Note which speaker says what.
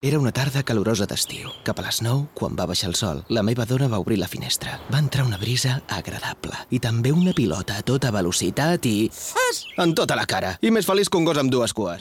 Speaker 1: Era una tarda calorosa d'estiu. Cap a les 9, quan va baixar el sol, la meva dona va obrir la finestra. Va entrar una brisa agradable i també una pilota a tota velocitat i... En tota la cara! I més feliç que un gos amb dues cues.